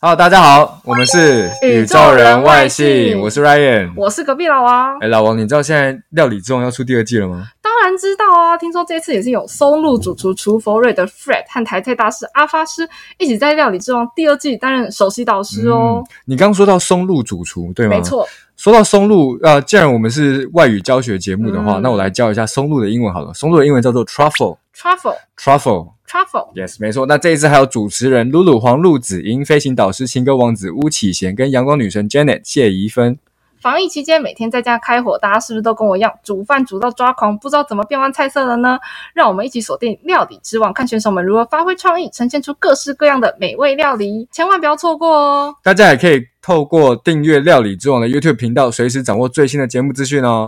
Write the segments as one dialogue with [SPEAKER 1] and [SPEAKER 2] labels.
[SPEAKER 1] Hello，大家好，我们是
[SPEAKER 2] 宇宙人外星
[SPEAKER 1] 我是
[SPEAKER 3] 嗯
[SPEAKER 1] Ryan。
[SPEAKER 2] 我是隔壁老王，
[SPEAKER 1] 哎，老王，你知道现在料理中要出第二季了吗？
[SPEAKER 2] 当然知道啊！听说这次也是有松露主厨厨佛瑞的 Fred 和台菜大师阿发师一起在《料理之王》第二季担任首席导师哦。
[SPEAKER 1] 嗯你刚说到松露主厨，对吗？
[SPEAKER 2] 没。错，
[SPEAKER 1] 说到松露，呃，既然我们是外语教学节目的话，
[SPEAKER 2] 嗯
[SPEAKER 1] 那我来教一下松露的英文好了。松露的英文叫做 truffle。
[SPEAKER 2] truffle
[SPEAKER 1] Truffle。
[SPEAKER 2] truffle，
[SPEAKER 1] Yes，没错。那这一次还有主持人露露、黄露子、英飞行导师、情歌王子巫启贤跟阳光女神 Janet 谢怡芬。
[SPEAKER 2] 防疫期间每天在家开火，大家是不是都跟我一样煮饭煮到抓狂，不知道怎么变换菜色了呢？让我们一起锁定《料理之王》，看选手们如何发挥创意，呈现出各式各样的美味料理，千万不要错过哦！
[SPEAKER 1] 大家也可以透过订阅《料理之王》的 YouTube 频道，随时掌握最新的节目资讯哦。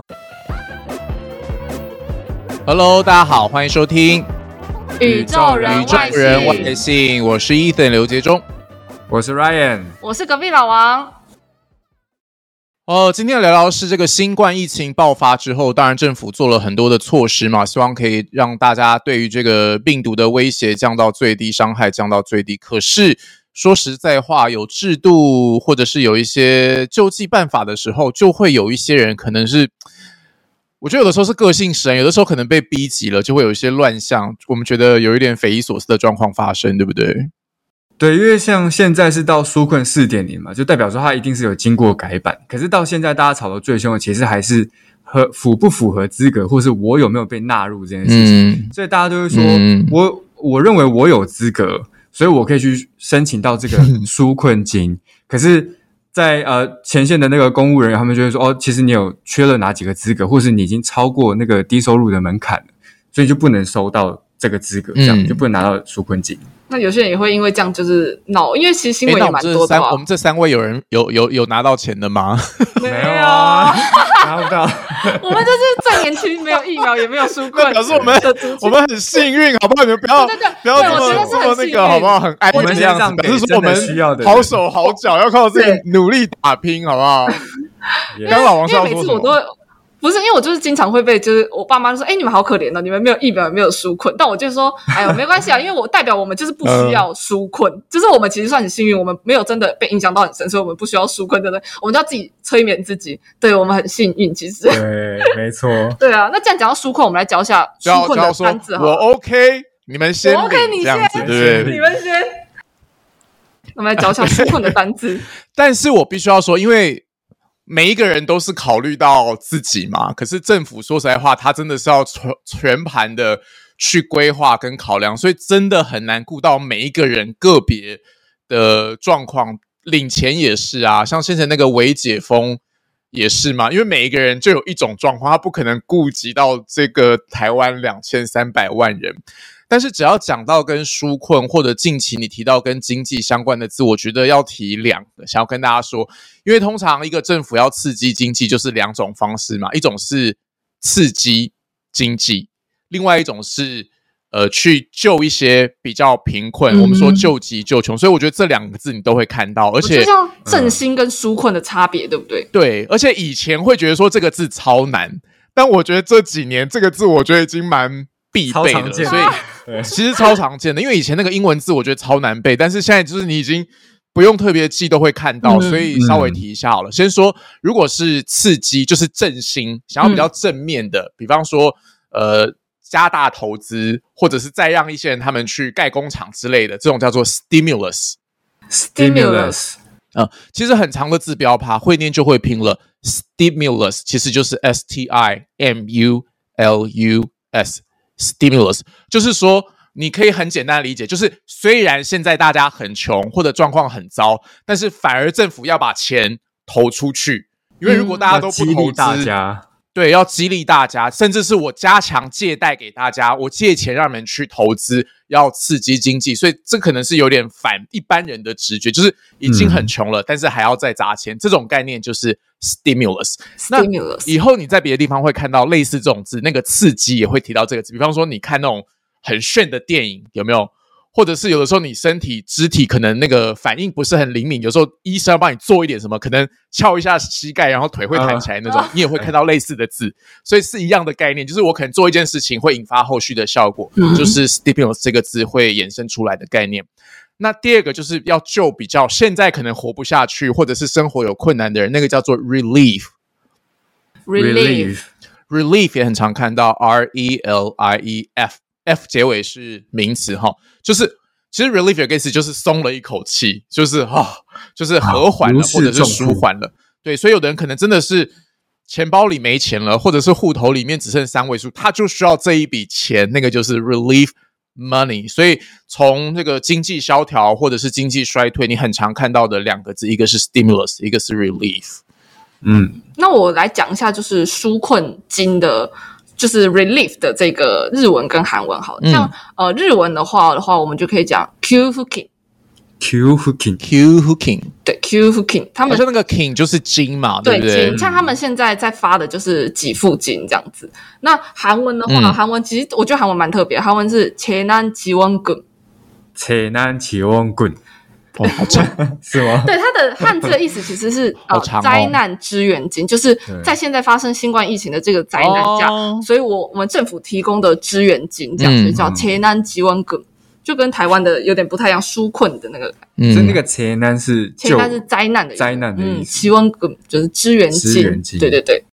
[SPEAKER 3] Hello，大家好，欢迎收听
[SPEAKER 1] 宇宙人
[SPEAKER 3] 宇宙
[SPEAKER 1] 外
[SPEAKER 3] 人
[SPEAKER 1] 星
[SPEAKER 3] 外星，我是 Ethan 刘杰忠。
[SPEAKER 1] 我是 Ryan。
[SPEAKER 2] 我是隔壁老王，
[SPEAKER 3] 哦，今天聊聊是这个新冠疫情爆发之后，当然政府做了很多的措施嘛，希望可以让大家对于这个病毒的威胁降到最低，伤害降到最低。可是说实在话，有制度或者是有一些救济办法的时候，就会有一些人可能是。我觉得有的时候是个性使然，有的时候可能被逼急了，就会有一些乱象，我们觉得有一点匪夷所思的状况发生，对不对？
[SPEAKER 1] 对，因为像现在是到纾困四点零嘛，就代表说它一定是有经过改版。可是到现在大家吵得最凶的，其实还是和符不符合资格，或是我有没有被纳入这件事情。
[SPEAKER 3] 嗯，
[SPEAKER 1] 所以大家都会说，
[SPEAKER 3] 嗯
[SPEAKER 1] 我我认为我有资格，所以我可以去申请到 这个纾困金。可是在，呃前线的那个公务人员，他们就会说，哦，其实你有缺了哪几个资格，或是你已经超过那个低收入的门槛了，所以就不能收到这个资格，这样、
[SPEAKER 3] 嗯
[SPEAKER 1] 就不能拿到纾困金。
[SPEAKER 4] 那有些人也会因为这样就是闹，因为其实新
[SPEAKER 3] 诶
[SPEAKER 4] 闻
[SPEAKER 3] 那
[SPEAKER 4] 也
[SPEAKER 3] 我们
[SPEAKER 4] 蛮
[SPEAKER 3] 这
[SPEAKER 4] 多
[SPEAKER 3] 三
[SPEAKER 4] 的、啊
[SPEAKER 3] 我们这三位有人有有有拿到钱的吗？
[SPEAKER 4] 没
[SPEAKER 1] 没有啊，拿不到。
[SPEAKER 4] 我们就是最年轻，没有疫苗，也没有输过，
[SPEAKER 3] 那表示我们
[SPEAKER 4] 的族
[SPEAKER 3] 我
[SPEAKER 4] 群。
[SPEAKER 3] 们很幸运，好不好？你们不要
[SPEAKER 4] 对对对
[SPEAKER 3] 不要
[SPEAKER 1] 对
[SPEAKER 3] 这么
[SPEAKER 1] 我觉得是
[SPEAKER 3] 这
[SPEAKER 4] 很
[SPEAKER 3] 么那
[SPEAKER 4] 幸
[SPEAKER 3] 个，
[SPEAKER 4] 运
[SPEAKER 3] 好不好？很爱
[SPEAKER 1] 我们
[SPEAKER 3] 这样
[SPEAKER 1] 先让
[SPEAKER 3] 子，表示
[SPEAKER 1] 给
[SPEAKER 3] 说我们
[SPEAKER 1] 真的需要的人
[SPEAKER 3] 好手好脚，要靠自己努力打拼，好不好？
[SPEAKER 1] Yeah
[SPEAKER 3] 刚老王是
[SPEAKER 4] 因
[SPEAKER 3] 要
[SPEAKER 4] 为每
[SPEAKER 3] 说
[SPEAKER 4] 次
[SPEAKER 3] 什
[SPEAKER 4] 我都
[SPEAKER 3] 么？
[SPEAKER 4] 会，不是因为我就是经常会被就是我爸妈就说，哎、你们好可怜哦，你们没有疫苗，也没有纾困。但我就说，哎 呦，没关系啊，因为我代表我们就是不需要纾困，就是我们其实算很幸运，我们没有真的被影响到很深，所以我们不需要纾困，对不对？我们就要自己催眠自己，对我们很幸运，其实。
[SPEAKER 1] 对，没错。
[SPEAKER 4] 对啊，那这样讲到纾困，我们来讲一下
[SPEAKER 3] 就
[SPEAKER 4] 纾
[SPEAKER 3] 要
[SPEAKER 4] 困
[SPEAKER 3] 就
[SPEAKER 4] 的
[SPEAKER 3] 要啊说
[SPEAKER 4] 单字，好
[SPEAKER 3] 我
[SPEAKER 4] 了。
[SPEAKER 3] OK，你们先
[SPEAKER 4] 我 OK，
[SPEAKER 3] 领
[SPEAKER 4] 你
[SPEAKER 3] 这样子，
[SPEAKER 4] 先
[SPEAKER 3] 对不对？
[SPEAKER 4] 你们先，我们来讲一下 纾困的单字。
[SPEAKER 3] 但是我必须要说，因为每一个人都是考虑到自己嘛。可是政府说实在话，他真的是要全全盘的去规划跟考量，所以真的很难顾到每一个人个别的状况。领钱也是啊，像先前那个微解封也是嘛，因为每一个人就有一种状况，他不可能顾及到这个台湾两千三百万人。但是只要讲到跟纾困或者近期你提到跟经济相关的字，我觉得要提两个，想要跟大家说，因为通常一个政府要刺激经济就是两种方式嘛，一种是刺激经济，另外一种是呃去救一些比较贫困，
[SPEAKER 4] 嗯
[SPEAKER 3] 我们说救急救穷，所以我觉得这两个字你都会看到，而
[SPEAKER 4] 就
[SPEAKER 3] 且
[SPEAKER 4] 像振兴跟纾困的差别，对不对？
[SPEAKER 3] 对，而且以前会觉得说这个字超难，但我觉得这几年这个字我觉得已经蛮必
[SPEAKER 1] 超
[SPEAKER 3] 备
[SPEAKER 1] 常
[SPEAKER 3] 的，
[SPEAKER 1] 见
[SPEAKER 3] 所以。
[SPEAKER 1] 对
[SPEAKER 3] 其实超常见的，因为以前那个英文字我觉得超难背，但是现在就是你已经不用特别记都会看到，
[SPEAKER 4] 嗯
[SPEAKER 3] 所以稍微提一下好
[SPEAKER 1] 嗯
[SPEAKER 3] 了。先说，如果是刺激，就是振兴，想要比较正面的，比方说呃加大投资，或者是再让一些人他们去盖工厂之类的，这种叫做 stimulus。
[SPEAKER 1] Stimulus
[SPEAKER 3] 呃，其实很长的字标趴，会念就会拼了。Stimulus 其实就是 S T I M U L U S stimulus，就是说你可以很简单地理解，就是虽然现在大家很穷或者状况很糟，但是反而政府要把钱投出去，因为如果大家
[SPEAKER 1] 嗯要
[SPEAKER 3] 都不
[SPEAKER 1] 激
[SPEAKER 3] 投
[SPEAKER 1] 励
[SPEAKER 3] 资，
[SPEAKER 1] 大家，
[SPEAKER 3] 对，要激励大家，甚至是我加强借贷给大家，我借钱让你们去投资，要刺激经济，所以这可能是有点反一般人的直觉，就是已经很穷了，但是还要再砸钱，这种概念就是 stimulus。那
[SPEAKER 4] stimulus
[SPEAKER 3] 以后你在别的地方会看到类似这种字，那个刺激也会提到这个字，比方说你看那种很炫的电影，有没有？或者是有的时候你身体肢体可能那个反应不是很灵敏，有时候医生要帮你做一点什么，可能翘一下膝盖，然后腿会弹起来那种，你也会看到类似的字，所以是一样的概念，就是我可能做一件事情会引发后续的效果，就是 stimulus 这个字会衍生出来的概念。那第二个就是要救比较现在可能活不下去或者是生活有困难的人，那个叫做 relief。
[SPEAKER 4] relief
[SPEAKER 3] relief 也很常看到 R E L I E F F 结尾是名词哈，就是其实 relief 有个意思就是松了一口气，就是哈、啊就是和缓了
[SPEAKER 1] 啊
[SPEAKER 3] 或者是
[SPEAKER 1] 如释重负
[SPEAKER 3] 舒缓了。对，所以有的人可能真的是钱包里没钱了，或者是户头里面只剩三位数，他就需要这一笔钱，那个就是 relief money。所以从这个经济萧条或者是经济衰退，你很常看到的两个字，一个是 stimulus，一个是 relief。
[SPEAKER 1] 嗯，
[SPEAKER 4] 那我来讲一下，就是纾困金的，就是 relief 的这个日文跟韩文好了。
[SPEAKER 3] 嗯
[SPEAKER 4] 像呃日文的话的话，我们就可以讲 Q fucking，
[SPEAKER 1] q hooking，
[SPEAKER 3] Q hooking，
[SPEAKER 4] 对 Q fucking，他
[SPEAKER 3] 好
[SPEAKER 4] 们
[SPEAKER 3] 像那个 king 就是金嘛，
[SPEAKER 4] 对
[SPEAKER 3] 不对？
[SPEAKER 4] 金，像他们现在在发的就是给付金这样子。那韩文的话，
[SPEAKER 3] 嗯
[SPEAKER 4] 韩文其实我觉得韩文蛮特别，韩文是前南吉원금，
[SPEAKER 1] 切南起翁滚，
[SPEAKER 3] 哦，好长，
[SPEAKER 1] 是吗？
[SPEAKER 4] 对它的汉字的意思其实是
[SPEAKER 3] 好
[SPEAKER 4] 呃
[SPEAKER 3] 长哦
[SPEAKER 4] 灾难支援金，就是在现在发生新冠疫情的这个灾难下，
[SPEAKER 3] 哦
[SPEAKER 4] 所以我我们政府提供的支援金这样子、
[SPEAKER 3] 嗯
[SPEAKER 4] 叫切南吉원금，就跟台湾的有点不太一样，纾困的那个
[SPEAKER 1] 所以那
[SPEAKER 3] 嗯，
[SPEAKER 1] 个切南是
[SPEAKER 4] 切
[SPEAKER 1] 救
[SPEAKER 4] 南是灾难的意思
[SPEAKER 1] 灾难的
[SPEAKER 4] 嗯，
[SPEAKER 1] 意
[SPEAKER 4] 吉
[SPEAKER 1] 思。
[SPEAKER 4] 원금就是支援金，
[SPEAKER 1] 支援金
[SPEAKER 4] 对对对，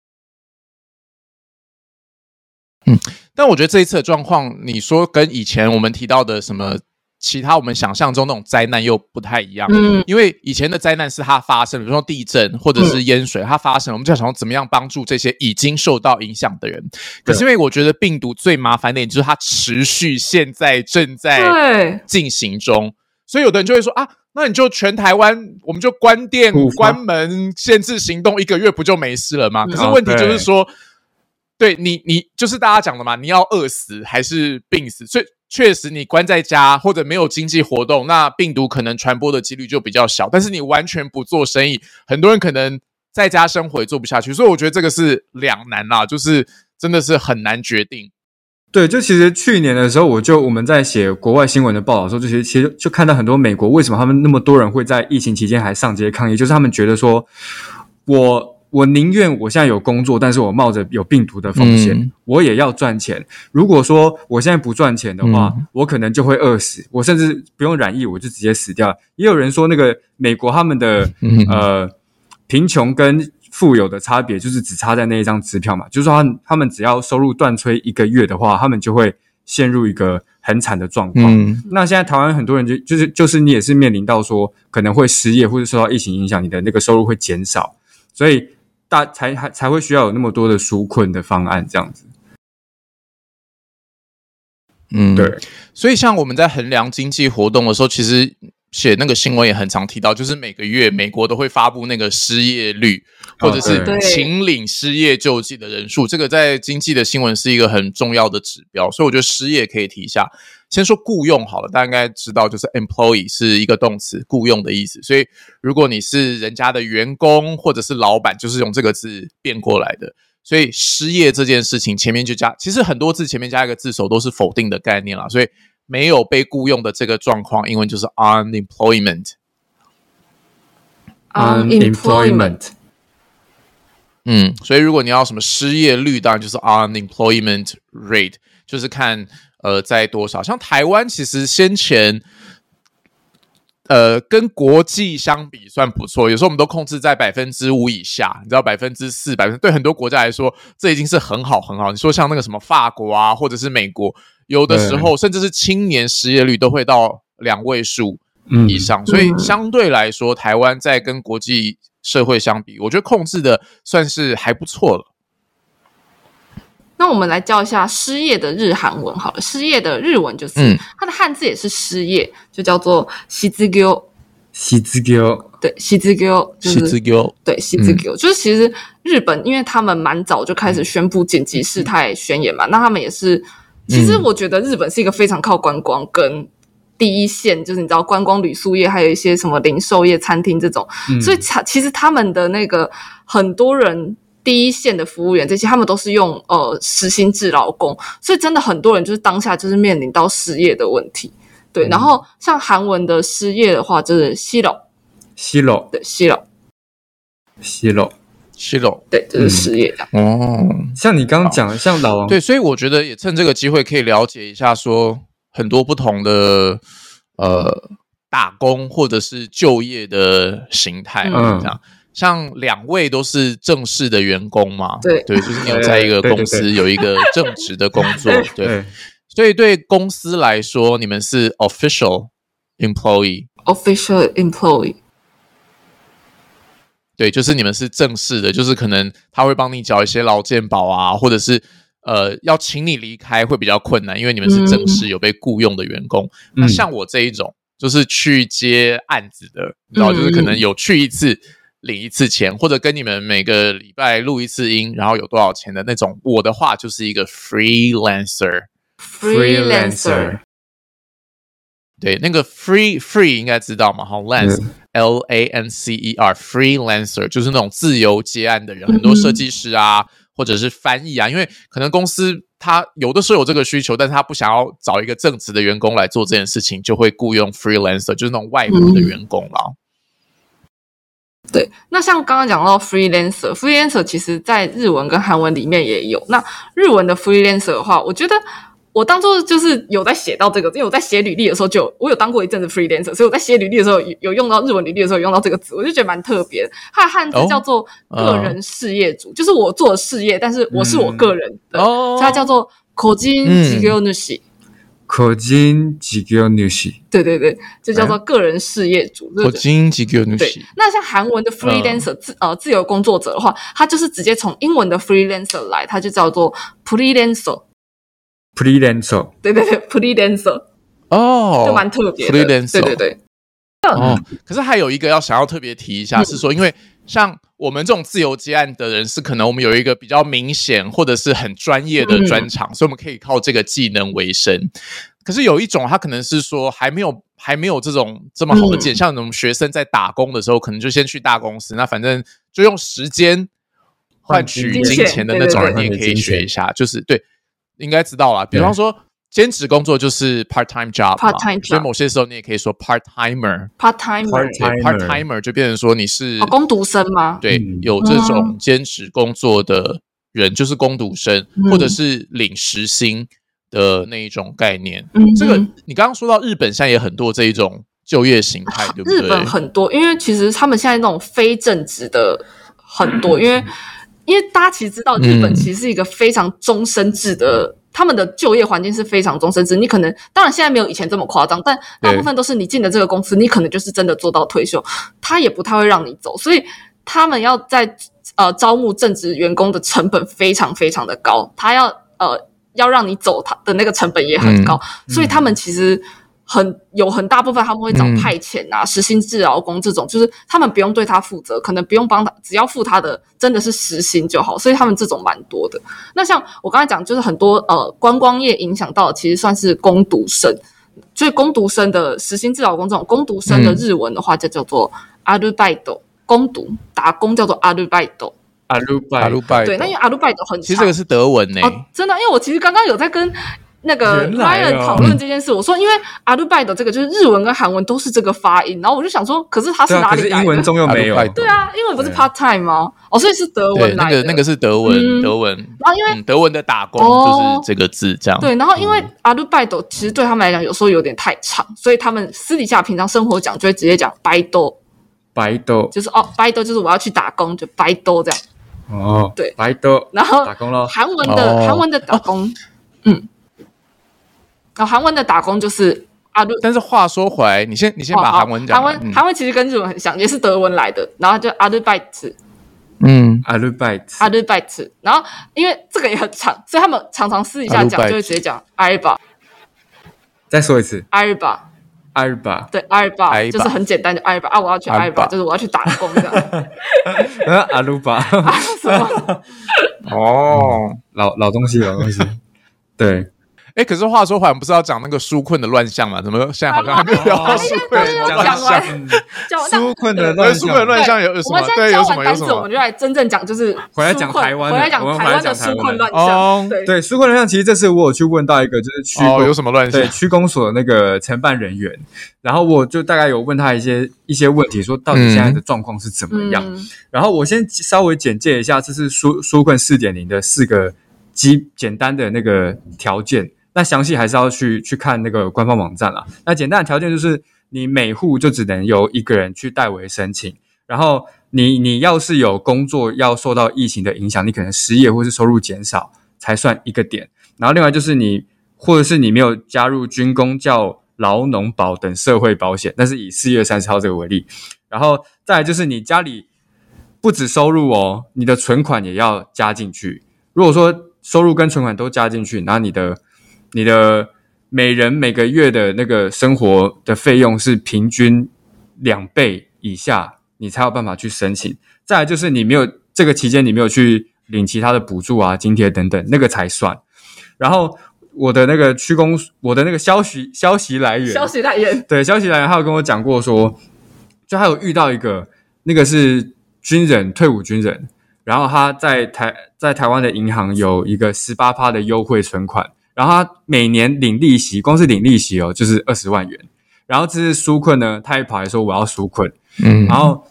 [SPEAKER 3] 但我觉得这一次的状况，你说跟以前我们提到的什么其他我们想象中那种灾难又不太一样，
[SPEAKER 4] 嗯
[SPEAKER 3] 因为以前的灾难是它发生，比如说地震或者是淹水，它发生了，我们就想说怎么样帮助这些已经受到影响的人。可
[SPEAKER 1] 对
[SPEAKER 3] 是因为我觉得病毒最麻烦的点就是它持续现在正在
[SPEAKER 4] 对。
[SPEAKER 3] 进行中，所以有的人就会说啊，那你就全台湾我们就关店
[SPEAKER 1] 不、发
[SPEAKER 3] 关门、限制行动一个月，不就没事了吗？
[SPEAKER 4] 嗯
[SPEAKER 3] 可是问题就是说，对你，你就是大家讲的嘛，你要饿死还是病死？所以确实，你关在家或者没有经济活动，那病毒可能传播的几率就比较小。但是你完全不做生意，很多人可能在家生活也做不下去。所以我觉得这个是两难啦，就是真的是很难决定。
[SPEAKER 1] 对，就其实去年的时候，我就我们在写国外新闻的报道的时候，就其实其实就看到很多美国为什么他们那么多人会在疫情期间还上街抗议，就是他们觉得说，我我宁愿我现在有工作，但是我冒着有病毒的风险，
[SPEAKER 3] 嗯
[SPEAKER 1] 我也要赚钱。如果说我现在不赚钱的话，
[SPEAKER 3] 嗯
[SPEAKER 1] 我可能就会饿死，我甚至不用染疫，我就直接死掉。也有人说，那个美国他们的
[SPEAKER 3] 嗯
[SPEAKER 1] 呃贫穷跟富有的差别，就是只差在那一张支票嘛。就是说他们，他们只要收入断炊一个月的话，他们就会陷入一个很惨的状况。
[SPEAKER 3] 嗯
[SPEAKER 1] 那现在台湾很多人就就是就是你也是面临到说可能会失业，或者受到疫情影响，你的那个收入会减少，所以大才还才会需要有那么多的纾困的方案这样子。
[SPEAKER 3] 嗯
[SPEAKER 1] 对，
[SPEAKER 3] 所以，像我们在衡量经济活动的时候，其实写那个新闻也很常提到，就是每个月美国都会发布那个失业率，或
[SPEAKER 1] 哦
[SPEAKER 3] 者是
[SPEAKER 4] 对
[SPEAKER 3] 请领失业救济的人数，这个在经济的新闻是一个很重要的指标，所以我觉得失业可以提一下。先说雇佣好了，大家应该知道，就是 employee 是一个动词，雇佣的意思。所以如果你是人家的员工或者是老板，就是用这个字变过来的。所以失业这件事情前面就加，其实很多字前面加一个字首都是否定的概念啦，所以没有被雇佣的这个状况，英文就是 unemployment。
[SPEAKER 4] 啊
[SPEAKER 1] 嗯
[SPEAKER 4] unemployment，
[SPEAKER 3] 嗯，所以如果你要什么失业率，当然就是啊 unemployment rate，就是看呃在多少。像台湾其实先前。呃，跟国际相比算不错，有时候我们都控制在百分之五以下，你知道百分之四、百分对很多国家来说，这已经是很好很好。你说像那个什么法国啊，或者是美国，有的时候甚至是青年失业率都会到两位数，
[SPEAKER 1] 嗯
[SPEAKER 3] 以上，所以相对来说，台湾在跟国际社会相比，我觉得控制的算是还不错了。
[SPEAKER 4] 那我们来教一下失业的日韩文好了。失业的日文就是、
[SPEAKER 3] 嗯
[SPEAKER 4] 它的汉字也是失业，就叫做西之丢，
[SPEAKER 1] 西之丢，
[SPEAKER 4] 对，西之丢就是
[SPEAKER 3] 优，
[SPEAKER 4] 对西之丢，就是其实日本因为他们蛮早就开始宣布紧急事态宣言嘛，那他们也是，其实我觉得日本是一个非常靠观光跟。第一线就是你知道观光旅宿业，还有一些什么零售业、餐厅这种，
[SPEAKER 1] 嗯
[SPEAKER 4] 所以他其实他们的那个很多人第一线的服务员这些，他们都是用呃时薪制劳工，所以真的很多人就是当下就是面临到失业的问题。对，然后像韩文的失业的话，就是西老，
[SPEAKER 1] 西楼
[SPEAKER 4] 对西老，
[SPEAKER 1] 西楼，
[SPEAKER 3] 是的，
[SPEAKER 4] 对，就是失业这样。
[SPEAKER 3] 哦，
[SPEAKER 1] 像你刚刚讲的，像老王
[SPEAKER 3] 对，所以我觉得也趁这个机会可以了解一下，说很多不同的呃打工或者是就业的形态嘛，
[SPEAKER 1] 嗯
[SPEAKER 3] 这样。像两位都是正式的员工嘛，
[SPEAKER 4] 对
[SPEAKER 3] 对，就是你有在一个
[SPEAKER 1] 对对
[SPEAKER 3] 公司有一个正职的工作，对，
[SPEAKER 1] 对，
[SPEAKER 3] 所以对公司来说，你们是 official employee，
[SPEAKER 4] official employee，
[SPEAKER 3] 对，就是你们是正式的，就是可能他会帮你缴一些劳健保啊，或者是呃要请你离开会比较困难，因为你们是正式有被雇佣的员工。那
[SPEAKER 1] 嗯
[SPEAKER 3] 像我这一种，就是去接案子的，你知道，
[SPEAKER 4] 嗯
[SPEAKER 3] 就是可能有去一次领一次钱，或者跟你们每个礼拜录一次音，然后有多少钱的那种。我的话就是一个 freelancer。
[SPEAKER 1] freelancer，
[SPEAKER 3] 对，那个 free free 应该知道嘛？哈，lance、l a n c e r freelancer 就是那种自由接案的人，很多设计师啊，或者是翻译啊，因为可能公司他有的时候有这个需求，但是他不想要找一个正职的员工来做这件事情，就会雇佣 freelancer，就是那种外国的员工啦。
[SPEAKER 4] 对，那像刚刚讲到 freelancer，freelancer 其实在日文跟韩文里面也有。那日文的 freelancer 的话，我觉得我当初就是有在写到这个，因为我在写履历的时候就有我有当过一阵子 freelancer，所以我在写履历的时候有有用到日文履历的时候有用到这个字，我就觉得蛮特别的。它的汉字
[SPEAKER 3] 哦
[SPEAKER 4] 叫做个人事业主，就是我做的事业，但是我是我个人的，
[SPEAKER 3] 哦
[SPEAKER 4] 所以它叫做 kojin
[SPEAKER 3] 嗯
[SPEAKER 4] j i g o n u s h i
[SPEAKER 1] 可金几个女士，
[SPEAKER 4] 对对对，就叫做
[SPEAKER 3] 嗯
[SPEAKER 4] 个人事业主。对
[SPEAKER 3] 我
[SPEAKER 4] 对
[SPEAKER 3] 经济给你
[SPEAKER 4] 对，那像韩文的
[SPEAKER 3] 嗯
[SPEAKER 4] freelancer 自、呃自由工作者的话，它就是直接从英文的 freelancer 来，它就叫做 freelancer。
[SPEAKER 1] freelancer，
[SPEAKER 4] 对对对，freelancer
[SPEAKER 3] 哦，
[SPEAKER 4] 就蛮特别的。
[SPEAKER 3] freelancer
[SPEAKER 4] 对对对，
[SPEAKER 3] 哦，
[SPEAKER 4] 嗯
[SPEAKER 3] 可是还有一个要想要特别提一下，是说，因为像我们这种自由接案的人，是可能我们有一个比较明显或者是很专业的
[SPEAKER 4] 嗯
[SPEAKER 3] 专长，所以我们可以靠这个技能为生。可是有一种，他可能是说还没有还没有这种这么好的
[SPEAKER 4] 嗯
[SPEAKER 3] 见，像我们学生在打工的时候，可能就先去大公司，那反正就用时间换
[SPEAKER 1] 换
[SPEAKER 3] 取
[SPEAKER 1] 金
[SPEAKER 3] 金
[SPEAKER 4] 钱
[SPEAKER 3] 钱的
[SPEAKER 4] 对
[SPEAKER 3] 那
[SPEAKER 4] 对
[SPEAKER 3] 种
[SPEAKER 4] 对
[SPEAKER 3] 人，你也可以
[SPEAKER 1] 换取金钱
[SPEAKER 3] 学一下，就是对，应该知道啦。比方
[SPEAKER 1] 对
[SPEAKER 3] 说。兼职工作就是 part time job，嘛
[SPEAKER 4] 嗯 part-time
[SPEAKER 3] 所以
[SPEAKER 4] job
[SPEAKER 3] 某些时候你也可以说 part timer，
[SPEAKER 4] part timer
[SPEAKER 3] 对
[SPEAKER 1] Part-timer
[SPEAKER 3] part timer 就变成说你是、
[SPEAKER 4] 哦，工哦读生吗？
[SPEAKER 3] 对
[SPEAKER 1] 嗯
[SPEAKER 3] 有这种兼职工作的人，就是工读生、
[SPEAKER 4] 嗯
[SPEAKER 3] 或者是领时薪的那一种概念。
[SPEAKER 4] 嗯，
[SPEAKER 3] 这个你刚刚说到日本现在也很多这一种就业形态，对不对？
[SPEAKER 4] 啊日本很多，因为其实他们现在那种非正职的很多，因为因为大家其实知道，日本
[SPEAKER 3] 嗯
[SPEAKER 4] 其实是一个非常终身制的。他们的就业环境是非常终身制，你可能当然现在没有以前这么夸张，但大部分都是你进了这个公司，你可能就是真的做到退休，他也不太会让你走，所以他们要在呃招募正职员工的成本非常非常的高，他要呃要让你走他的那个成本也很高，所以他们其实很有很大部分他们会找
[SPEAKER 3] 嗯
[SPEAKER 4] 派遣啊、实薪制劳工这种，就是他们不用对他负责，可能不用帮他，只要付他的真的是实薪就好，所以他们这种蛮多的。那像我刚才讲，就是很多呃观光业影响到的，其实算是工读生。所以工读生的实薪制劳工这种工读生的
[SPEAKER 3] 嗯
[SPEAKER 4] 日文的话，就叫做アルバイト，工读打工叫做アルバイト。
[SPEAKER 1] 阿鲁拜
[SPEAKER 3] 阿鲁拜
[SPEAKER 4] 对，那因为アルバイト很
[SPEAKER 3] 其实这个
[SPEAKER 4] 长
[SPEAKER 3] 是德文呢、
[SPEAKER 4] 哦，真的，因为我其实刚刚有在跟那个
[SPEAKER 1] 原来
[SPEAKER 4] Ryan
[SPEAKER 1] 哦
[SPEAKER 4] 讨论这件事，我说因为アルバイト这个就是日文跟韩文都是这个发音，然后我就想说，可是它是
[SPEAKER 1] 对啊，
[SPEAKER 4] 哪
[SPEAKER 1] 可
[SPEAKER 4] 里
[SPEAKER 1] 是
[SPEAKER 4] 来
[SPEAKER 1] 英
[SPEAKER 4] 的
[SPEAKER 1] 文？中又没有，
[SPEAKER 3] Arubaito
[SPEAKER 4] 对啊，英文不是
[SPEAKER 1] 对
[SPEAKER 4] part time 吗？哦，所以是德
[SPEAKER 3] 对，
[SPEAKER 4] 文
[SPEAKER 3] 那
[SPEAKER 4] 来
[SPEAKER 3] 个
[SPEAKER 4] 的。
[SPEAKER 3] 那个是德文，
[SPEAKER 4] 嗯
[SPEAKER 3] 德文，
[SPEAKER 4] 然后因为
[SPEAKER 3] 嗯，德文的打工
[SPEAKER 4] 哦
[SPEAKER 3] 就是这个字，这样。
[SPEAKER 4] 对，然后因为アルバイト其实对他们来讲有时候有点太长，所以他们私底下平常生活讲就会直接讲バイト，
[SPEAKER 1] 白豆
[SPEAKER 4] 就是哦バイト就是我要去打工，就バイト这样。
[SPEAKER 1] 哦，
[SPEAKER 4] 对
[SPEAKER 1] 白豆
[SPEAKER 4] 然后
[SPEAKER 1] 打工喽，
[SPEAKER 4] 韩文的、
[SPEAKER 3] 哦
[SPEAKER 4] 韩文的打工，嗯，然后韩文的打工就是阿鲁。
[SPEAKER 3] 但是话说回来，你先你先
[SPEAKER 4] 哦
[SPEAKER 3] 把
[SPEAKER 4] 好
[SPEAKER 3] 韩文讲
[SPEAKER 4] 韩
[SPEAKER 3] 完。嗯
[SPEAKER 4] 文韩文其实跟日文很像，也是德文来的，然后就阿鲁拜茨，
[SPEAKER 3] 嗯，
[SPEAKER 1] 阿鲁拜特
[SPEAKER 4] 阿鲁拜茨，然后因为这个也很长，所以他们常常私底下讲
[SPEAKER 3] Arubaite
[SPEAKER 4] 就会直接讲阿尔巴
[SPEAKER 1] 再说一次，啊
[SPEAKER 4] 阿尔巴，
[SPEAKER 1] 阿鲁巴，
[SPEAKER 4] 对阿尔巴
[SPEAKER 3] Aruba
[SPEAKER 4] 就是很简单的阿尔巴啊，我要去阿尔巴，
[SPEAKER 3] Aruba
[SPEAKER 4] 就是我要去打工这样，
[SPEAKER 1] 呃阿鲁巴，
[SPEAKER 4] 什么
[SPEAKER 3] 哦，
[SPEAKER 1] 老老东西，老 东西，对，
[SPEAKER 3] 哎，可是话说回来，我们不是要讲那个纾困的乱象嘛？怎么现在好像还没有聊
[SPEAKER 4] 哦
[SPEAKER 3] 到纾困的
[SPEAKER 4] 讲
[SPEAKER 3] 乱
[SPEAKER 4] 完
[SPEAKER 3] 象？
[SPEAKER 4] 叫我
[SPEAKER 1] 纾困的
[SPEAKER 3] 那
[SPEAKER 1] 乱
[SPEAKER 3] 纾困的
[SPEAKER 1] 象，
[SPEAKER 3] 乱象有有什
[SPEAKER 4] 我
[SPEAKER 3] 么
[SPEAKER 4] 们？现在
[SPEAKER 3] 对，
[SPEAKER 4] 教
[SPEAKER 3] 有什么
[SPEAKER 4] 完
[SPEAKER 3] 有
[SPEAKER 4] 单
[SPEAKER 3] 什
[SPEAKER 4] 词，我
[SPEAKER 3] 么
[SPEAKER 4] 们？就来真正讲，就是
[SPEAKER 1] 回来
[SPEAKER 4] 纾
[SPEAKER 1] 讲
[SPEAKER 4] 困
[SPEAKER 1] 台湾的
[SPEAKER 4] 回来讲
[SPEAKER 1] 我们
[SPEAKER 4] 台
[SPEAKER 1] 回来
[SPEAKER 4] 湾
[SPEAKER 1] 讲
[SPEAKER 4] 的纾
[SPEAKER 1] 台
[SPEAKER 4] 困
[SPEAKER 1] 湾的
[SPEAKER 4] 乱
[SPEAKER 3] 哦
[SPEAKER 4] 象，对
[SPEAKER 1] 对，纾困乱象，其实这次我有去问到一个，就是去
[SPEAKER 3] 哦，
[SPEAKER 1] 过
[SPEAKER 3] 有什么乱象
[SPEAKER 1] 对？区公所的那个承办人员，然后我就大概有问他一些一些问题，说到底现在的状况是怎么样。
[SPEAKER 4] 嗯
[SPEAKER 1] 然后我先稍微简介一下，这是纾纾困四点零的四个基简单的那个条件。那详细还是要去去看那个官方网站啦。那简单的条件就是你每户就只能由一个人去代为申请。然后你你要是有工作要受到疫情的影响，你可能失业或是收入减少才算一个点。然后另外就是你或者是你没有加入军工教。劳农保等社会保险，但是以四月三十号这个为例，然后再来就是你家里不止收入哦，你的存款也要加进去。如果说收入跟存款都加进去，然后你的你的每人每个月的那个生活的费用是平均两倍以下，你才有办法去申请。再来就是你没有这个期间你没有去领其他的补助啊、津贴等等，那个才算。然后。我的那个区公，我的那个消息消息来源，
[SPEAKER 4] 消息来源，
[SPEAKER 1] 对消息来源，他有跟我讲过说，就他有遇到一个那个是军人退伍军人，然后他在台在台湾的银行有一个十八趴的优惠存款，然后他每年领利息，光是领利息哦就是二十万元，然后这是纾困呢，他也跑来说我要纾困，
[SPEAKER 3] 嗯
[SPEAKER 1] 然后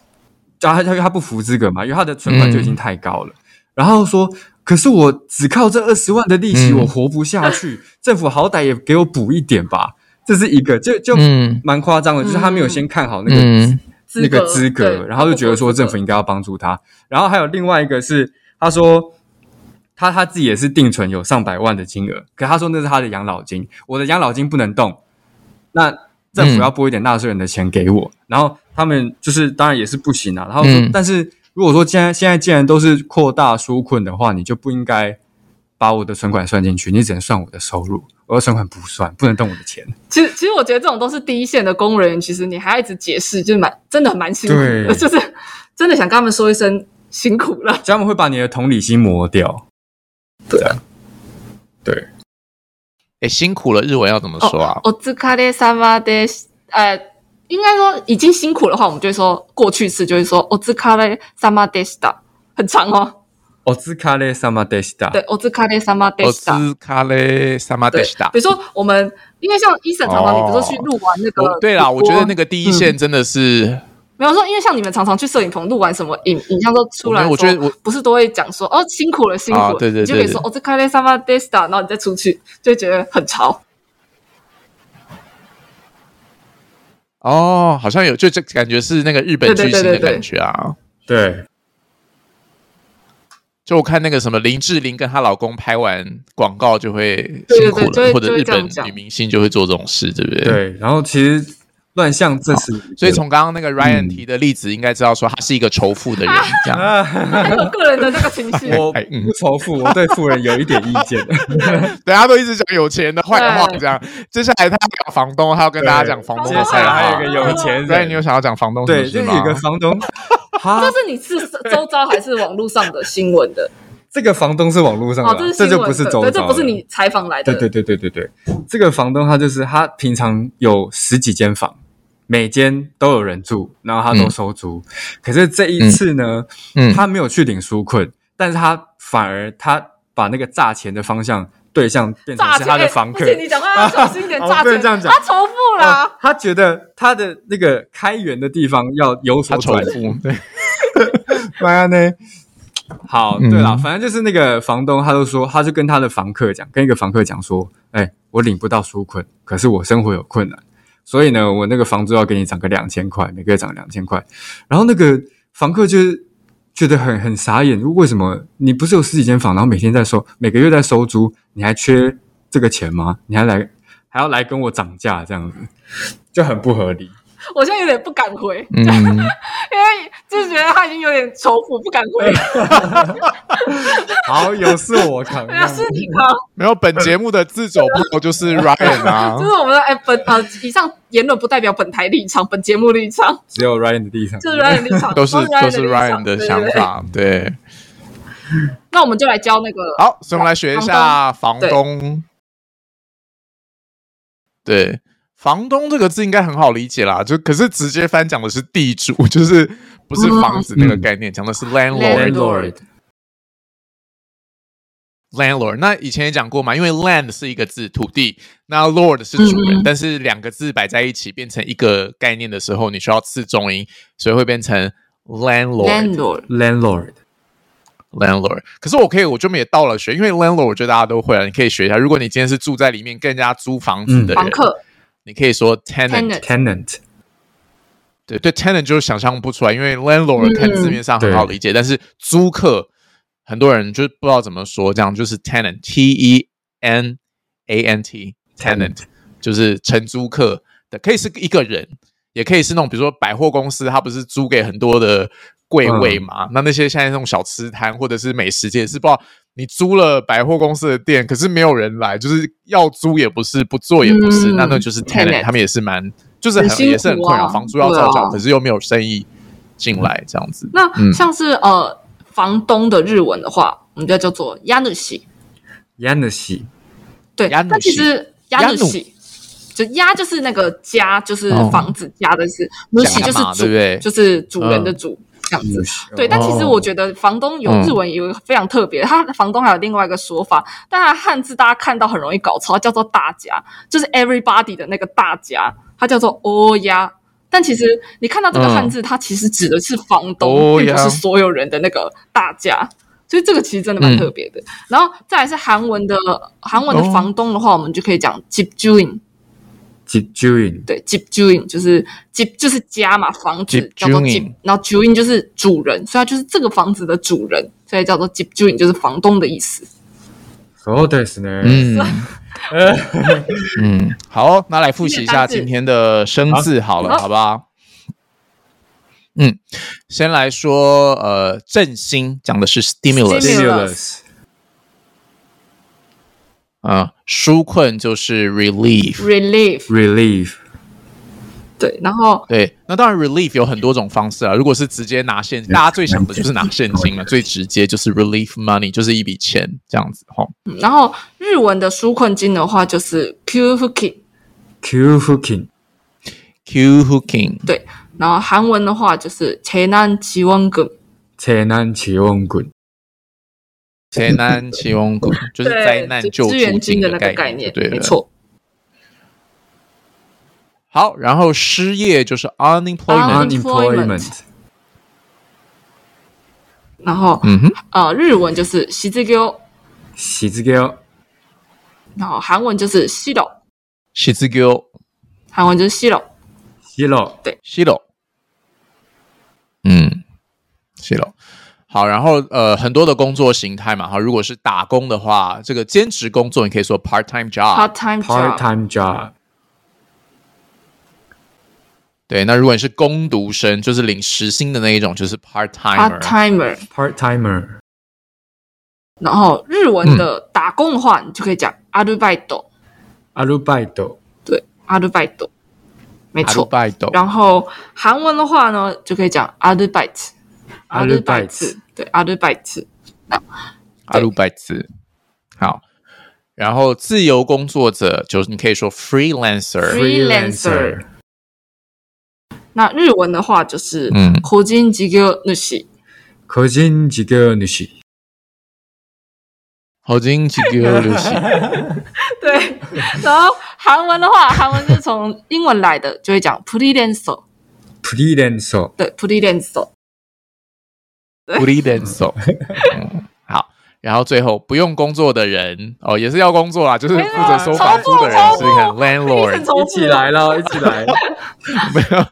[SPEAKER 1] 他他他不服资格嘛，因为他的存款就已
[SPEAKER 3] 嗯
[SPEAKER 1] 经太高了，然后说。可是我只靠这二十万的利息，
[SPEAKER 3] 嗯
[SPEAKER 1] 我活不下去。政府好歹也给我补一点吧，这是一个，就就
[SPEAKER 3] 嗯
[SPEAKER 1] 蛮夸张的，就是他没有先看好那个、
[SPEAKER 3] 嗯
[SPEAKER 1] 那个资格，
[SPEAKER 4] 对
[SPEAKER 1] 然后就觉得说政府应该要帮助他。然后还有另外一个是，他说他他自己也是定存有上百万的金额，可他说那是他的养老金，我的养老金不能动，那政府要拨一点纳税人的钱给我。然后他们就是当然也是不行啊。然后说，
[SPEAKER 3] 嗯
[SPEAKER 1] 但是如果说现在现在既然都是扩大纾困的话，你就不应该。把我的存款算进去，你只能算我的收入，我的存款不算，不能动我的钱。
[SPEAKER 4] 其实其实我觉得这种都是第一线的公务人员，其实你还要一直解释，就是蛮真的很蛮辛苦的，
[SPEAKER 1] 对
[SPEAKER 4] 就是真的想跟他们说一声辛苦了。
[SPEAKER 1] 这样他们会把你的同理心磨掉。
[SPEAKER 3] 哎，辛苦了，日文要怎么说啊？
[SPEAKER 4] 哦，自卡列萨瓦的，呃，应该说已经辛苦的话，我们就会说过去式，就会说我自卡列萨瓦でした，很长 哦。
[SPEAKER 1] お疲れ様でした。
[SPEAKER 4] 对，我自卡列萨瓦で
[SPEAKER 3] お
[SPEAKER 4] した。
[SPEAKER 3] 疲れ様
[SPEAKER 4] 对
[SPEAKER 3] でした，
[SPEAKER 4] 比。如说我们，因为像医生常常，你比如说去录完那
[SPEAKER 3] 我
[SPEAKER 4] 个，
[SPEAKER 3] 哦对啦，我觉得那
[SPEAKER 4] 个
[SPEAKER 3] 个第一线真的是，
[SPEAKER 4] 没有说，因为像你们常常去摄影棚录完什么影影像都出来
[SPEAKER 3] 我
[SPEAKER 4] 说，
[SPEAKER 3] 觉得我
[SPEAKER 4] 不是都会讲说哦辛苦了辛苦了，
[SPEAKER 3] 啊对对
[SPEAKER 4] 你就可以
[SPEAKER 3] 对
[SPEAKER 4] 说哦我自卡列萨瓦でした，然后你再出去就会觉得很潮。
[SPEAKER 3] 哦，好像有，就这感觉是那个日本
[SPEAKER 4] 对
[SPEAKER 3] 巨
[SPEAKER 4] 对
[SPEAKER 3] 星
[SPEAKER 4] 对对
[SPEAKER 3] 的
[SPEAKER 4] 对
[SPEAKER 3] 感觉啊。
[SPEAKER 1] 对
[SPEAKER 3] 就我看那个什么林志玲跟她老公拍完广告就会
[SPEAKER 4] 对
[SPEAKER 3] 辛苦
[SPEAKER 4] 对
[SPEAKER 3] 了，
[SPEAKER 4] 对
[SPEAKER 3] 或者
[SPEAKER 4] 就会
[SPEAKER 3] 日
[SPEAKER 4] 这样
[SPEAKER 3] 本
[SPEAKER 4] 讲
[SPEAKER 3] 女明星就会做这种事，对不对？。
[SPEAKER 1] 对，然后其实乱象这次，
[SPEAKER 3] 嗯所以从刚刚那个 Ryan
[SPEAKER 1] 嗯
[SPEAKER 3] 提的例子，应该知道说他是一个仇富 的人，这样。
[SPEAKER 1] 啊，
[SPEAKER 4] 还有个人的那个情绪，
[SPEAKER 1] 我
[SPEAKER 3] 哎嗯
[SPEAKER 1] 不仇富，我对富人有一点意见。
[SPEAKER 3] 大家都一直讲有钱的坏话，这样。接下来他讲房东，他要 跟大家讲房东
[SPEAKER 1] 接
[SPEAKER 3] 的
[SPEAKER 1] 下
[SPEAKER 3] 坏
[SPEAKER 1] 来
[SPEAKER 3] 话。
[SPEAKER 1] 还有一个有钱
[SPEAKER 3] 对，你有
[SPEAKER 1] 人，
[SPEAKER 3] 想要讲房东什么
[SPEAKER 1] 对，
[SPEAKER 3] 事
[SPEAKER 1] 就是
[SPEAKER 3] 吗？
[SPEAKER 1] 有一个房东，
[SPEAKER 4] 这
[SPEAKER 1] 他
[SPEAKER 4] 是你是周遭还是网络上的新 闻的？
[SPEAKER 1] 这个房东是网络上
[SPEAKER 4] 哦，
[SPEAKER 1] 的，啊
[SPEAKER 4] 是
[SPEAKER 1] 这
[SPEAKER 4] 新
[SPEAKER 1] 就
[SPEAKER 4] 闻的，
[SPEAKER 1] 不是周
[SPEAKER 4] 对，
[SPEAKER 1] 遭，
[SPEAKER 4] 这不是你。采访来的。
[SPEAKER 1] 对对对对对对，这个房东他就是他平常有十几间房，每间都有人住，然后他都收租。可是这一次呢，
[SPEAKER 3] 嗯
[SPEAKER 1] 他没有去领纾困，但是他反而他把那个诈钱的方向对象变成
[SPEAKER 4] 诈
[SPEAKER 1] 是
[SPEAKER 4] 钱，
[SPEAKER 1] 他的
[SPEAKER 4] 哎
[SPEAKER 1] 房客
[SPEAKER 4] 不。行你讲话 要小心一点，
[SPEAKER 1] 哦
[SPEAKER 4] 诈
[SPEAKER 1] 不
[SPEAKER 4] 钱
[SPEAKER 1] 能这样讲
[SPEAKER 4] 他仇富
[SPEAKER 1] 哦
[SPEAKER 4] 啦。
[SPEAKER 1] 他觉得他的那个开源的地方要有所
[SPEAKER 3] 他仇
[SPEAKER 1] 转移，
[SPEAKER 3] 富，对，
[SPEAKER 1] 不然呢？好，
[SPEAKER 3] 嗯
[SPEAKER 1] 对啦，反正就是那个房东，他就说，他就跟他的房客讲，跟一个房客讲说，哎、我领不到纾困，可是我生活有困难，所以呢，我那个房租要给你涨个两千块，每个月涨两千块。然后那个房客就是觉得很很傻眼，为什么你不是有十几间房，然后每天在收，每个月在收租，你还缺这个钱吗？你还来还要来跟我涨价这样子，就很不 合理。
[SPEAKER 4] 我现在有点不敢回，因
[SPEAKER 3] 嗯，
[SPEAKER 4] 为就是觉得他已经有点仇富，不敢 回。
[SPEAKER 1] 好，有事我扛。
[SPEAKER 4] 对啊，是你吗？
[SPEAKER 3] 没有。本节目的自走不就是 Ryan 啊
[SPEAKER 4] 就，是我们的哎本呃，以上言论不代表本台立场，本节目立场，
[SPEAKER 1] 只有 Ryan 的地上，
[SPEAKER 4] 就是 Ryan 的立场，
[SPEAKER 3] 都是都是
[SPEAKER 4] 立场
[SPEAKER 3] Ryan 的想。
[SPEAKER 4] 对对对
[SPEAKER 3] 法，对。
[SPEAKER 4] 那我们就来教那个
[SPEAKER 3] 好，所以我们来学一下房东。对，房东这个字应该很好理解啦，就可是直接翻讲的是地主，就是不是房子
[SPEAKER 4] 嗯
[SPEAKER 3] 那个概念，讲的是 landlord。
[SPEAKER 1] landlord
[SPEAKER 3] landlord，那以前也讲过嘛，因为 land 是一个字，土地，那 lord 是主
[SPEAKER 4] 嗯
[SPEAKER 3] 人，
[SPEAKER 4] 嗯
[SPEAKER 3] 但是两个字摆在一起变成一个概念的时候，你需要次重音，所以会变成 landlord。
[SPEAKER 4] landlord。
[SPEAKER 1] landlord。
[SPEAKER 3] landlord，可是我可以，我就没也到了学，因为 landlord 我觉得大家都会了，你可以学一下。如果你今天是住在里面跟人家租房子的人，
[SPEAKER 4] 嗯房客
[SPEAKER 3] 你可以说 tenant，
[SPEAKER 4] tenant
[SPEAKER 1] tenant
[SPEAKER 3] 对对，tenant 就是想象不出来，因为 landlord
[SPEAKER 2] 嗯
[SPEAKER 3] 看字面上很好理解，但是租客很多人就是不知道怎么说，这样就是 tenant，t e n a n t，tenant 就是承租客的，可以是一个人，也可以是那种比如说百货公司，它不是租给很多的柜位嘛？那那些现在那种小吃摊或者是美食街，是不知道你租了百货公司的店，可是没有人来，就是要租也不是，不做也不是，
[SPEAKER 4] 嗯
[SPEAKER 3] 那那就是 tenant，
[SPEAKER 4] tenant
[SPEAKER 3] 他们也是蛮就是
[SPEAKER 4] 很
[SPEAKER 3] 很
[SPEAKER 4] 辛苦
[SPEAKER 3] 也是很困扰，
[SPEAKER 4] 啊
[SPEAKER 3] 房租要照
[SPEAKER 4] 对
[SPEAKER 3] 缴，
[SPEAKER 4] 啊
[SPEAKER 3] 可是又没有生意进来这样子。
[SPEAKER 4] 那像是呃房东的日文的话，我们就叫做 y a n u s i
[SPEAKER 1] 亚的西，
[SPEAKER 4] 对，
[SPEAKER 3] 家主
[SPEAKER 4] 但其实 y a n u
[SPEAKER 3] 家主
[SPEAKER 4] s i 就家就是那个家，就是
[SPEAKER 3] 哦
[SPEAKER 4] 房子家的是 n u s i
[SPEAKER 3] 家
[SPEAKER 4] 就是
[SPEAKER 3] 嘛
[SPEAKER 4] 主，
[SPEAKER 3] 对不对
[SPEAKER 4] 就是主人的
[SPEAKER 3] 嗯
[SPEAKER 4] 主、这样子。对，但其实
[SPEAKER 3] 哦
[SPEAKER 4] 我觉得房东有
[SPEAKER 3] 嗯
[SPEAKER 4] 日文有一个非常特别的，他房东还有另外一个说法，但他汉字大家看到很容易搞错，它叫做大家，就是 everybody 的那个大家，它叫做欧呀。但其实你看到这个汉字，它其实指的是房
[SPEAKER 3] 哦
[SPEAKER 4] 东，并不
[SPEAKER 3] 嗯呀
[SPEAKER 4] 是所有人的那个大家。所以这个其实真的蛮特别的。然后再来是韩文的韩文的
[SPEAKER 3] 嗯哦
[SPEAKER 4] 房东的话，我们就可以讲 j i p j u i n
[SPEAKER 1] 吉 Juin
[SPEAKER 4] 对 j i p j u i n 就是 j i p 就是家嘛，房子
[SPEAKER 3] Jeep
[SPEAKER 4] 叫做 j i
[SPEAKER 3] Juin
[SPEAKER 4] p 然后 j u i n 就是主人，所以它就是这个房子的主人，所以叫做 j i p j u i n 就是房东的意思。
[SPEAKER 1] そうですね。
[SPEAKER 3] 嗯嗯， 好，那来复习一下今天的生字好了，
[SPEAKER 4] 好
[SPEAKER 3] 好不好？嗯，先来说，呃，振兴讲的是
[SPEAKER 4] Stimulus
[SPEAKER 3] stimulus，
[SPEAKER 1] Stimulus
[SPEAKER 3] 嗯，纾困就是 relief，
[SPEAKER 4] relief
[SPEAKER 1] relief
[SPEAKER 4] 对，然后
[SPEAKER 3] 对，那当然 relief 有很多种方式啊。如果是直接拿现，大家最想的就是拿现金嘛，最直接就是 relief money，就是一笔钱这样子哈。
[SPEAKER 4] 嗯然后日文的纾困金的话就是 q f u k i
[SPEAKER 1] Q hooking
[SPEAKER 3] Q hooking，
[SPEAKER 4] 对，然后韩文的话就是재난지원금，
[SPEAKER 1] 재난지원군
[SPEAKER 3] 灾难 起翁股， 就是
[SPEAKER 4] 对，
[SPEAKER 3] 灾难
[SPEAKER 4] 就
[SPEAKER 3] 救
[SPEAKER 4] 支援
[SPEAKER 3] 助
[SPEAKER 4] 金
[SPEAKER 3] 金
[SPEAKER 4] 的
[SPEAKER 3] 的
[SPEAKER 4] 那个概念
[SPEAKER 3] 念，对，
[SPEAKER 4] 没。错。
[SPEAKER 3] 好，然后失业就是
[SPEAKER 4] Un-
[SPEAKER 3] unemployment，
[SPEAKER 1] unemployment
[SPEAKER 4] 然后
[SPEAKER 3] 嗯哼，
[SPEAKER 4] 呃，日文就是시즈교，
[SPEAKER 1] 喜之歌
[SPEAKER 4] 然后韩文就是西楼，
[SPEAKER 3] 失失業
[SPEAKER 4] 韩文就是西楼。
[SPEAKER 1] 西罗
[SPEAKER 3] 西楼，嗯，西楼。好，然后呃，很多的工作形态嘛，哈，如果是打工的话，这个兼职工作，你可以说 part time job。
[SPEAKER 4] part time
[SPEAKER 1] part
[SPEAKER 4] job，
[SPEAKER 1] time job
[SPEAKER 3] 对，那如果你是工读生，就是领时薪的那一种，就是 part timer。
[SPEAKER 4] part timer。
[SPEAKER 1] part timer
[SPEAKER 4] 然后日文的
[SPEAKER 3] 嗯
[SPEAKER 4] 打工的话，你就可以讲 arubaito，
[SPEAKER 1] アルバイト
[SPEAKER 4] 对，arubaito，没
[SPEAKER 3] アル
[SPEAKER 4] 错。
[SPEAKER 3] バイト。
[SPEAKER 4] 然后韩文的话呢，就可以讲 arubite，
[SPEAKER 1] アルバイト
[SPEAKER 4] 对，arubite。
[SPEAKER 3] 阿鲁拜兹。好，然后自由工作者就是你可以说 freelancer。
[SPEAKER 4] Free- freelancer 那日文的话就是
[SPEAKER 3] 嗯
[SPEAKER 4] 個人事業主，
[SPEAKER 1] 個人事業主
[SPEAKER 3] 好，今几个流行。
[SPEAKER 4] 对。然后韩文的话，韩文是从英文来的，就会讲 freelancer，
[SPEAKER 1] フリーランス
[SPEAKER 4] 对，freelancer。
[SPEAKER 3] freelancer。嗯好，然后最后不用工作的人哦，也是要工作啦，就是
[SPEAKER 4] 没有
[SPEAKER 3] 负责收房租的人
[SPEAKER 4] 哎超过
[SPEAKER 3] 是你看
[SPEAKER 4] 超过一
[SPEAKER 3] landlord，
[SPEAKER 4] 层重复
[SPEAKER 1] 一起来了，一起来
[SPEAKER 3] 没有，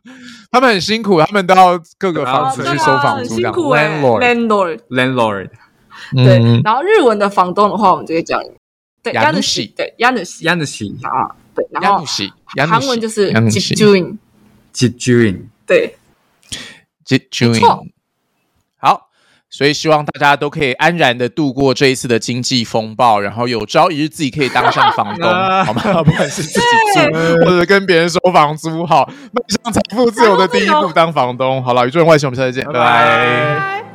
[SPEAKER 3] 他们很辛苦，他们都要各个房子
[SPEAKER 1] 对啊
[SPEAKER 3] 去收房租，这样
[SPEAKER 4] 辛苦哎
[SPEAKER 3] landlord。
[SPEAKER 4] ，landlord。
[SPEAKER 1] landlord
[SPEAKER 4] 对，
[SPEAKER 3] 嗯，
[SPEAKER 4] 然后日文的房东的话，我们就会讲对
[SPEAKER 3] 家
[SPEAKER 4] 家
[SPEAKER 3] 主
[SPEAKER 4] 主
[SPEAKER 3] 席
[SPEAKER 4] 对家主席
[SPEAKER 1] 家主
[SPEAKER 4] 啊，对，然
[SPEAKER 3] 亚努
[SPEAKER 4] 后
[SPEAKER 3] 西，
[SPEAKER 4] 韩文就是
[SPEAKER 3] 亚努
[SPEAKER 4] j
[SPEAKER 3] 西
[SPEAKER 4] i j u i n
[SPEAKER 1] 집주인
[SPEAKER 4] 对，
[SPEAKER 3] j j u i
[SPEAKER 4] 错
[SPEAKER 3] n 好，所以希望大家都可以安然的度过这一次的经济风暴，然后有朝一日自己可以当上房东，
[SPEAKER 1] 啊
[SPEAKER 3] 好吗？不管是自己住，或者跟别人收房租，好，迈向财富自由的第一
[SPEAKER 4] 财富自
[SPEAKER 3] 步，
[SPEAKER 4] 由
[SPEAKER 3] 当房东。好了，宇宙人外星，我们下次见，拜拜
[SPEAKER 1] 拜
[SPEAKER 4] 拜。